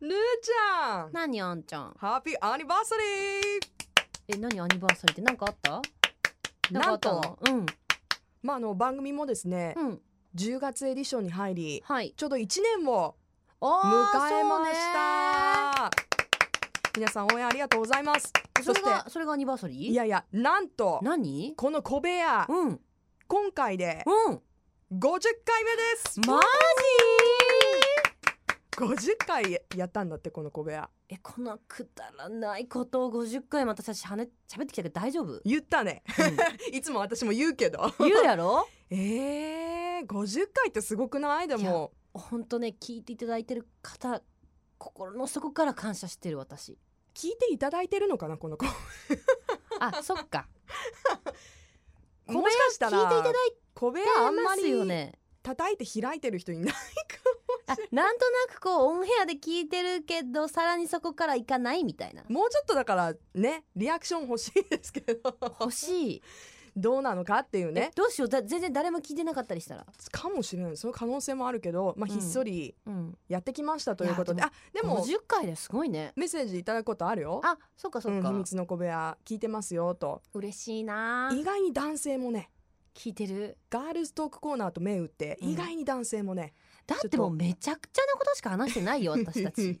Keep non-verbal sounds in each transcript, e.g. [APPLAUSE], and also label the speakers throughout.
Speaker 1: ルーちゃん
Speaker 2: 何あんちゃん
Speaker 1: ハッピーアニバーサリー
Speaker 2: え何アニバーサリーって何かあったかあったの
Speaker 1: なんと
Speaker 2: うん
Speaker 1: まああの番組もですね、
Speaker 2: うん
Speaker 1: 10月エディションに入り
Speaker 2: はい
Speaker 1: ちょうど1年を
Speaker 2: お
Speaker 1: 迎えまし、
Speaker 2: した
Speaker 1: 皆さん応援ありがとうございます
Speaker 2: そ
Speaker 1: そ
Speaker 2: れ
Speaker 1: して
Speaker 2: がそれがアニバーサリー
Speaker 1: いやいやなんと
Speaker 2: 何
Speaker 1: この小部屋
Speaker 2: うんうん
Speaker 1: 今回で50回目です
Speaker 2: マ
Speaker 1: 50回やったんだってこの小部屋
Speaker 2: ジえこのくだらないことを50回また私はね喋ってきたけど大
Speaker 1: [LAUGHS]
Speaker 2: 丈夫、
Speaker 1: 言ったね
Speaker 2: うん
Speaker 1: いつも私も言うけど
Speaker 2: 言うやろ
Speaker 1: えー、50回ってすごくないでも
Speaker 2: 本当ね聞いていただいてる方心の底から感謝してる私
Speaker 1: 聞いていただいてるのかなこの子
Speaker 2: あそっか
Speaker 1: も [LAUGHS] しかした
Speaker 2: 聞いていた
Speaker 1: ら
Speaker 2: だい
Speaker 1: 小部屋あん
Speaker 2: て
Speaker 1: ま
Speaker 2: ますよ
Speaker 1: り
Speaker 2: ね
Speaker 1: 叩いて開いてる人
Speaker 2: [LAUGHS]
Speaker 1: いないか
Speaker 2: あなんとなくこうオンヘアで聞いてるけどさらにそこから行かないみたいな
Speaker 1: もうちょっとだからねリアクション欲しいですけ
Speaker 2: [LAUGHS]
Speaker 1: ど
Speaker 2: 欲しい
Speaker 1: どうなのかっていう
Speaker 2: え
Speaker 1: ね
Speaker 2: どうしようだ全然誰も聞いてなかったりしたら
Speaker 1: かもしれないその可能性もあるけど、まあ、
Speaker 2: うん
Speaker 1: ひっそり
Speaker 2: うん
Speaker 1: やってきましたということで、
Speaker 2: いや
Speaker 1: あでも
Speaker 2: 50回ですごいね
Speaker 1: メッセージいただくことあるよ。
Speaker 2: あそっかそっか、
Speaker 1: うん秘密の小部屋聞いてますよと
Speaker 2: 嬉しいな
Speaker 1: 意外に男性もね
Speaker 2: 聞いてる
Speaker 1: ガールズトークコーナーと銘打って、
Speaker 2: うん
Speaker 1: 意外に男性もね
Speaker 2: だってもうめちゃくちゃなことしか話してない [LAUGHS] よ私た
Speaker 1: [LAUGHS]
Speaker 2: ち、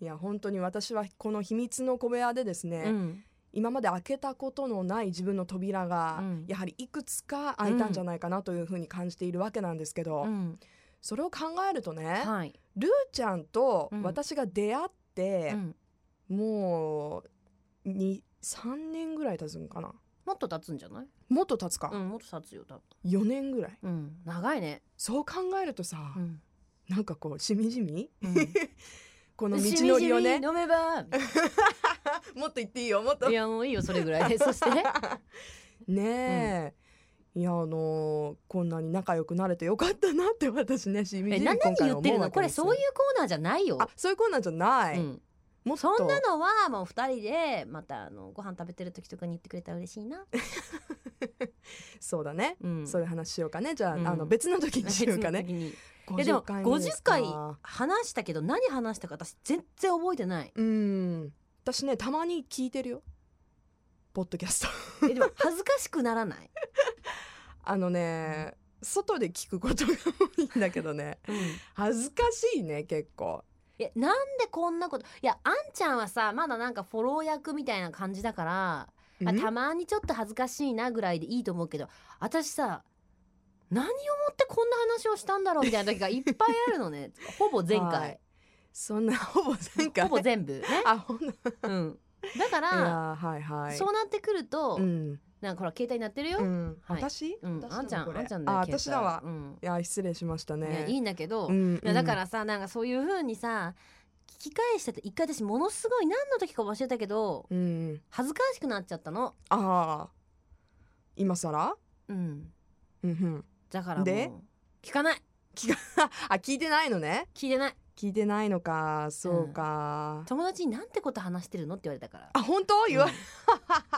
Speaker 1: いや本当に私はこの秘密の小部屋でですね、
Speaker 2: うん、
Speaker 1: 今まで開けたことのない自分の扉が、
Speaker 2: うん
Speaker 1: やはりいくつか開いたんじゃないかなというふうに感じているわけなんですけど、
Speaker 2: うん、
Speaker 1: それを考えるとね、
Speaker 2: はい、
Speaker 1: ルーちゃんと
Speaker 2: うん
Speaker 1: 私が出会っ
Speaker 2: う
Speaker 1: て、
Speaker 2: ん、
Speaker 1: もうに3年ぐらい経つんかな
Speaker 2: もっと経つんじゃない
Speaker 1: もっと経つか、
Speaker 2: うんもっと経つよ多分
Speaker 1: 4年ぐらい
Speaker 2: うん長いね
Speaker 1: そう考えるとさ、
Speaker 2: うん、
Speaker 1: なんかこうしみじみ
Speaker 2: うん、
Speaker 1: この道のりを
Speaker 2: しみじ
Speaker 1: ね
Speaker 2: み飲めば
Speaker 1: [LAUGHS] もっと言っていいよもっと
Speaker 2: [LAUGHS] いやもういいよそれぐら [LAUGHS] いそして
Speaker 1: ねえ、いやあのーこんなに仲良くなれてよかったなって私ねしみ
Speaker 2: え
Speaker 1: じみ
Speaker 2: な
Speaker 1: 今
Speaker 2: 何
Speaker 1: 回
Speaker 2: 言
Speaker 1: 思
Speaker 2: ってる
Speaker 1: うわ
Speaker 2: の
Speaker 1: け
Speaker 2: こ
Speaker 1: で
Speaker 2: れ
Speaker 1: す
Speaker 2: そういうコーナーじゃないよ
Speaker 1: あそういうコーナーじゃない、
Speaker 2: うん
Speaker 1: もっと
Speaker 2: そんなのはもう二人でまたあのご飯食べてる時とかに言ってくれたら嬉しいな、
Speaker 1: そうだね、
Speaker 2: うん
Speaker 1: そういう話しようかねじゃあ,、
Speaker 2: うん
Speaker 1: あの別の時にしようかね
Speaker 2: 別の時
Speaker 1: 50
Speaker 2: にいやでも
Speaker 1: 目すか
Speaker 2: 50話したけど何話したか私全然覚えてない [LAUGHS]
Speaker 1: うん私ねたまに聞いてるよポッドキャスト [LAUGHS]
Speaker 2: えでも恥ずかしくならない、
Speaker 1: あのね、外で聞くことが多いんだけどね恥ずかしいね結構
Speaker 2: えなんでこんなこといやあんちゃんはさまだなんかフォロー役みたいな感じだからあ
Speaker 1: ん
Speaker 2: たまにちょっと恥ずかしいなぐらいでいいと思うけど私さ何をもってこんな話をしたんだろうみたいな時がいっぱいあるのねほぼ前
Speaker 1: はい
Speaker 2: 回、
Speaker 1: そんなほぼ前回
Speaker 2: ほぼ全部ね、
Speaker 1: あほんとい
Speaker 2: [LAUGHS] うん、だから
Speaker 1: やはいはい
Speaker 2: そうなってくると、
Speaker 1: うん、
Speaker 2: なんかほら携帯になってるよ、
Speaker 1: う
Speaker 2: うん
Speaker 1: ん、
Speaker 2: はい
Speaker 1: 私、私
Speaker 2: あんちゃ
Speaker 1: こ
Speaker 2: ん
Speaker 1: れ
Speaker 2: あんちゃんだよ
Speaker 1: あ
Speaker 2: 携帯
Speaker 1: 私だわ、
Speaker 2: うん
Speaker 1: いや失礼しました
Speaker 2: いや
Speaker 1: ね
Speaker 2: いいんだけど、
Speaker 1: ん
Speaker 2: いやだからさなんかそういう風にさ聞き返してて一回私ものすごい何の時か忘れたけど
Speaker 1: うん、うん、
Speaker 2: 恥ずかしくなっちゃったの、
Speaker 1: ああ今さら
Speaker 2: うん、
Speaker 1: うんうん [LAUGHS]
Speaker 2: だからも
Speaker 1: で
Speaker 2: う聞かない
Speaker 1: あ聞いてないのね
Speaker 2: 聞いてない
Speaker 1: 聞いてないのかそうか、
Speaker 2: 友達になんてこと話してるのって言われたから
Speaker 1: あ本当言わ、
Speaker 2: うん
Speaker 1: [LAUGHS]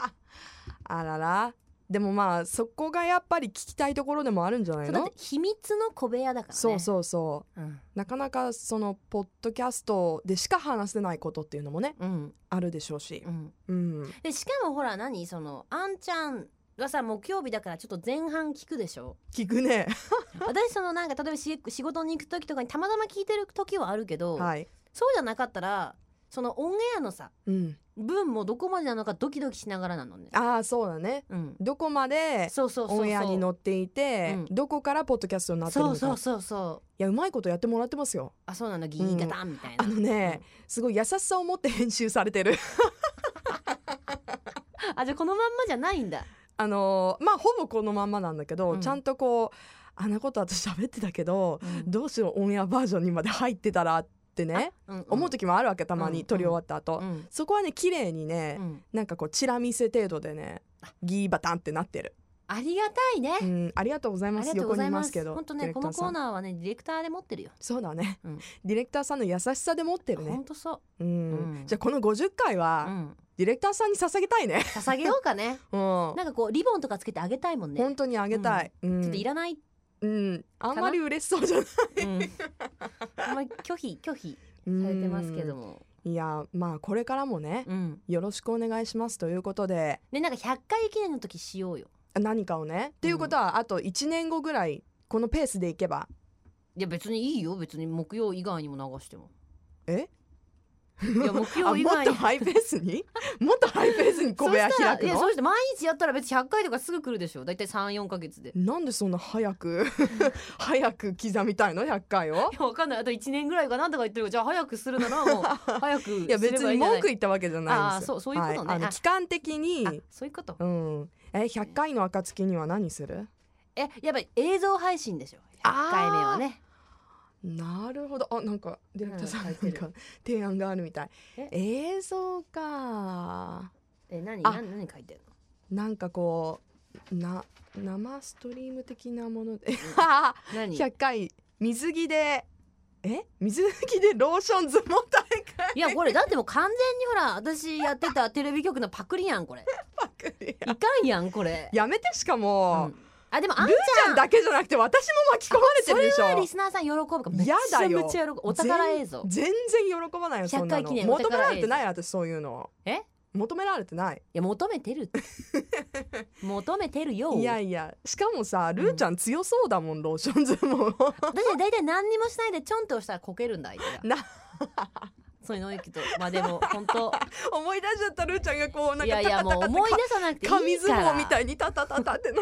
Speaker 1: あららでもまあそこがやっぱり聞きたいところでもあるんじゃない
Speaker 2: そうだっ
Speaker 1: の
Speaker 2: て秘密の小部屋だからね
Speaker 1: そうそうそう
Speaker 2: ううん、
Speaker 1: なかなかそのポッドキャストでしか話せないことっていうのもね
Speaker 2: うん
Speaker 1: あるでしょうし
Speaker 2: う、ん、
Speaker 1: うん、
Speaker 2: でしかもほら何そのあんちゃんがさ木曜日だからちょっと前半聞くでしょ
Speaker 1: 聞くね
Speaker 2: [LAUGHS] 私そのなんか例えばし仕事に行く時とかにたまたま聞いてる時はあるけど、
Speaker 1: はい、
Speaker 2: そうじゃなかったらそのオンエアのさ
Speaker 1: うん、
Speaker 2: 分もどこまでなのかドキドキしながらなのね。
Speaker 1: ああそうだね
Speaker 2: うん、
Speaker 1: どこまで
Speaker 2: そうそうそうそう。
Speaker 1: オンエアに載っていて
Speaker 2: うん
Speaker 1: どこからポッドキャストになってるの
Speaker 2: そう
Speaker 1: か
Speaker 2: そうそうそう。
Speaker 1: いやうまいことやってもらってますよ
Speaker 2: あそうなのギーガタンみたいな。
Speaker 1: あのねすごい優しさを持って編集されてる [LAUGHS]
Speaker 2: うん。あじゃあこのまんまじゃないんだ。
Speaker 1: あのーまあほぼこのまんまなんだけど、
Speaker 2: うん
Speaker 1: ちゃんとこうあんなこと私喋ってたけど
Speaker 2: うん
Speaker 1: どうしようオンエアバージョンにまで入ってたらってね、
Speaker 2: うん
Speaker 1: 思う時もあるわけたまに、
Speaker 2: うん
Speaker 1: 撮り終わった後、
Speaker 2: うん
Speaker 1: そこはね綺麗にね、
Speaker 2: うん
Speaker 1: なんかこうチラ見せ程度でねギーバタンってなってる、
Speaker 2: ありがたいね。
Speaker 1: うん、ありがとうござい
Speaker 2: あ
Speaker 1: ま
Speaker 2: り
Speaker 1: す
Speaker 2: がとうご
Speaker 1: 横
Speaker 2: ざ
Speaker 1: に
Speaker 2: い
Speaker 1: いま
Speaker 2: ます
Speaker 1: け
Speaker 2: す。
Speaker 1: ど
Speaker 2: 本当
Speaker 1: ディ
Speaker 2: ね
Speaker 1: レ
Speaker 2: こ
Speaker 1: クタ
Speaker 2: の
Speaker 1: ーさん
Speaker 2: コーナーはねディレクターで持ってるよ。
Speaker 1: そうだね、
Speaker 2: うん
Speaker 1: ディレクターさんの優しさで持ってるね
Speaker 2: 本、当そ
Speaker 1: う
Speaker 2: う。
Speaker 1: ん
Speaker 2: うん
Speaker 1: じゃあこの50回
Speaker 2: う
Speaker 1: は
Speaker 2: ん。
Speaker 1: ディレクターさんに捧げたいね、
Speaker 2: 捧げよう
Speaker 1: [LAUGHS]
Speaker 2: かね。
Speaker 1: うん、
Speaker 2: なんかこうリボンとかつけてあげたいもんね。
Speaker 1: 本当にあげたい、うん
Speaker 2: ちょっといらない。
Speaker 1: うん、あんまり嬉しそうじゃない、
Speaker 2: うん。あんまり拒否拒否。されてますけども。
Speaker 1: いやまあこれからもね、
Speaker 2: うん。
Speaker 1: よろしくお願いしますということで
Speaker 2: でなんか100回記念の時しようよ。
Speaker 1: 何かをねっていうことはあと1年後ぐらいこのペースでいけば
Speaker 2: いや別にいいよ別に木曜以外にも流しても。
Speaker 1: え
Speaker 2: い
Speaker 1: [LAUGHS]
Speaker 2: や木
Speaker 1: あ
Speaker 2: 曜以
Speaker 1: もっ
Speaker 2: 外
Speaker 1: と
Speaker 2: に。
Speaker 1: ハイペース
Speaker 2: [LAUGHS]
Speaker 1: にもっとハイペースに小部屋
Speaker 2: そした
Speaker 1: 開
Speaker 2: ら
Speaker 1: く
Speaker 2: いや
Speaker 1: の
Speaker 2: そうして毎日やったら別に100回とかすぐ来るでしょ大体34か月で。い
Speaker 1: なんでそんな早く [LAUGHS] 早く刻みたいの100回を
Speaker 2: やわかんないあと1年ぐらいかなんとか言ってるからじゃあ早くする
Speaker 1: [LAUGHS]
Speaker 2: ならもう早くすればいい
Speaker 1: いや別に
Speaker 2: んじゃな
Speaker 1: 文句言ったわけじゃないんですよ
Speaker 2: あーそうそういうことね
Speaker 1: はいあの
Speaker 2: あ
Speaker 1: 期間的に
Speaker 2: あそういうこと
Speaker 1: うんえ100回の暁には何する
Speaker 2: えやっぱり映像配信でしょ
Speaker 1: あー
Speaker 2: 100回目はね
Speaker 1: なるほどあなんかディレクターさん
Speaker 2: な
Speaker 1: なん
Speaker 2: か書い
Speaker 1: ん
Speaker 2: てる
Speaker 1: か提案があるみたい
Speaker 2: え
Speaker 1: 映像か
Speaker 2: え何
Speaker 1: あ
Speaker 2: 何何書いてる
Speaker 1: なんかこうな生ストリーム的なもので
Speaker 2: の
Speaker 1: [LAUGHS]
Speaker 2: 何い
Speaker 1: 100回水着でえ水着でローション相撲大会
Speaker 2: やこれだってもう完全にほら私やってたテレビ局のパクリやんこれ
Speaker 1: パクリ
Speaker 2: いかんやんこれ、
Speaker 1: やめてしか
Speaker 2: う
Speaker 1: も、
Speaker 2: ん、あでもあん
Speaker 1: ルーちゃんだけじゃなくて私も巻き込まれてるでし
Speaker 2: ちゃんリ
Speaker 1: ょ
Speaker 2: スナーさん喜ぶからめち
Speaker 1: やだ
Speaker 2: ゃ
Speaker 1: よ
Speaker 2: めちゃ喜ぶお宝映像
Speaker 1: 全然喜ばないよそんな
Speaker 2: 100
Speaker 1: の
Speaker 2: 回記念
Speaker 1: 求めら
Speaker 2: お宝
Speaker 1: れて
Speaker 2: 映像
Speaker 1: ない私そういうの
Speaker 2: え
Speaker 1: 求められてない
Speaker 2: いや求めてるって
Speaker 1: [LAUGHS]
Speaker 2: 求めてるよ
Speaker 1: いやいやしかもさルーちゃん強そうだもん、ローション相撲
Speaker 2: 私は大体何にもしないでちょんって押したらこけるんだ相手
Speaker 1: [LAUGHS]
Speaker 2: が
Speaker 1: な
Speaker 2: [LAUGHS] そういうのいきとまあ
Speaker 1: [LAUGHS]
Speaker 2: でも本当
Speaker 1: 思い出しちゃったルーちゃんがこうなんか
Speaker 2: いやいやもう思い出さなくていいから
Speaker 1: 紙相撲みたいにタタタタってな